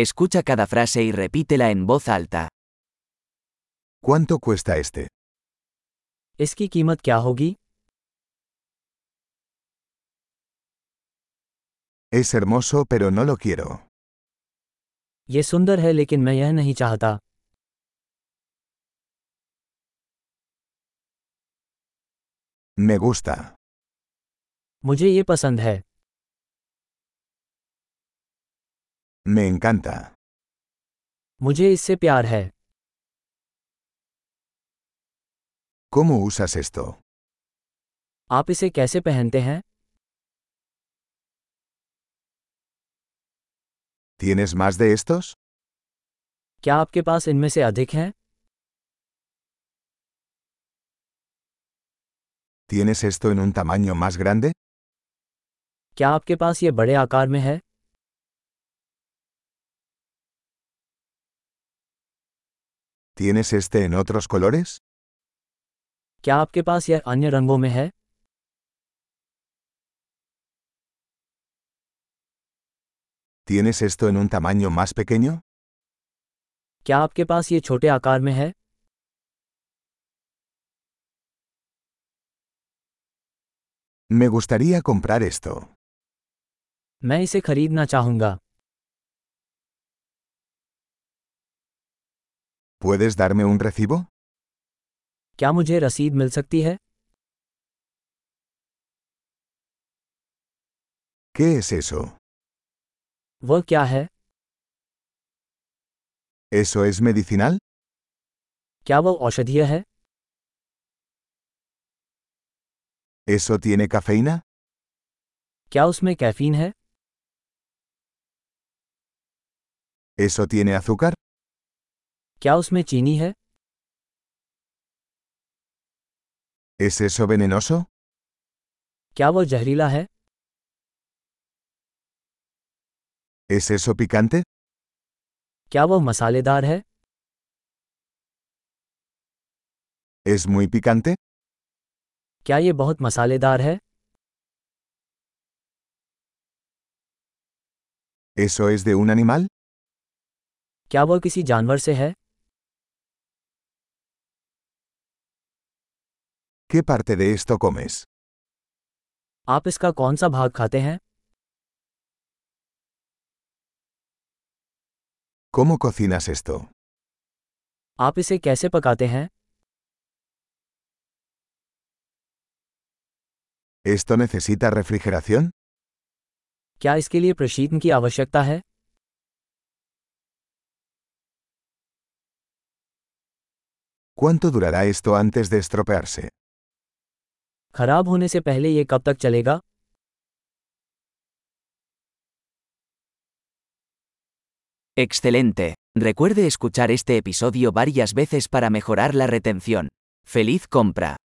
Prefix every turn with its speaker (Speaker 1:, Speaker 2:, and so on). Speaker 1: Escucha cada frase y repítela en voz alta.
Speaker 2: ¿Cuánto cuesta este?
Speaker 3: इसकी कीमत क्या होगी
Speaker 2: Es hermoso pero no lo quiero.
Speaker 3: ये सुंदर है लेकिन मैं यह नहीं चाहता
Speaker 2: Me gusta.
Speaker 3: मुझे ये पसंद है
Speaker 2: Me encanta.
Speaker 3: मुझे इससे प्यार है
Speaker 2: ¿Cómo usas esto?
Speaker 3: आप इसे कैसे पहनते हैं
Speaker 2: ¿Tienes más de estos?
Speaker 3: क्या आपके पास इनमें से अधिक हैं
Speaker 2: ¿Tienes esto en un tamaño más grande?
Speaker 3: क्या आपके पास ये बड़े आकार में है
Speaker 2: ¿Tienes este en otros colores?
Speaker 3: क्या आपके पास यह अन्य रंगों में है
Speaker 2: ¿Tienes esto en un tamaño más pequeño?
Speaker 3: क्या आपके पास ये छोटे आकार में है
Speaker 2: Me gustaría comprar esto.
Speaker 3: मैं इसे खरीदना चाहूँगा
Speaker 2: ¿Puedes darme un recibo?
Speaker 3: क्या मुझे रसीद मिल सकती है
Speaker 2: ¿Qué es eso?
Speaker 3: वह क्या है
Speaker 2: ¿Eso es medicinal?
Speaker 3: क्या वह औषधीय है
Speaker 2: ¿Eso tiene cafeína?
Speaker 3: क्या उसमें कैफीन है
Speaker 2: ¿Eso tiene azúcar?
Speaker 3: क्या उसमें चीनी है
Speaker 2: ¿Es eso venenoso?
Speaker 3: क्या वह जहरीला है
Speaker 2: ¿Es eso picante?
Speaker 3: क्या वह मसालेदार है
Speaker 2: ¿Es muy picante?
Speaker 3: क्या ये बहुत मसालेदार है
Speaker 2: ¿Eso es de un animal?
Speaker 3: क्या वह किसी जानवर से है
Speaker 2: ¿Qué parte de esto comes?
Speaker 3: आप इसका कौन सा भाग खाते हैं
Speaker 2: ¿Cómo cocinas esto?
Speaker 3: आप इसे कैसे पकाते हैं
Speaker 2: ¿Esto necesita refrigeración?
Speaker 3: क्या इसके लिए प्रशीतन की आवश्यकता है
Speaker 2: ¿Cuánto durará esto antes de estropearse?
Speaker 3: खराब होने से पहले ये कब तक चलेगा
Speaker 1: Excelente. Recuerde escuchar este episodio varias veces para mejorar la retención. ¡Feliz compra!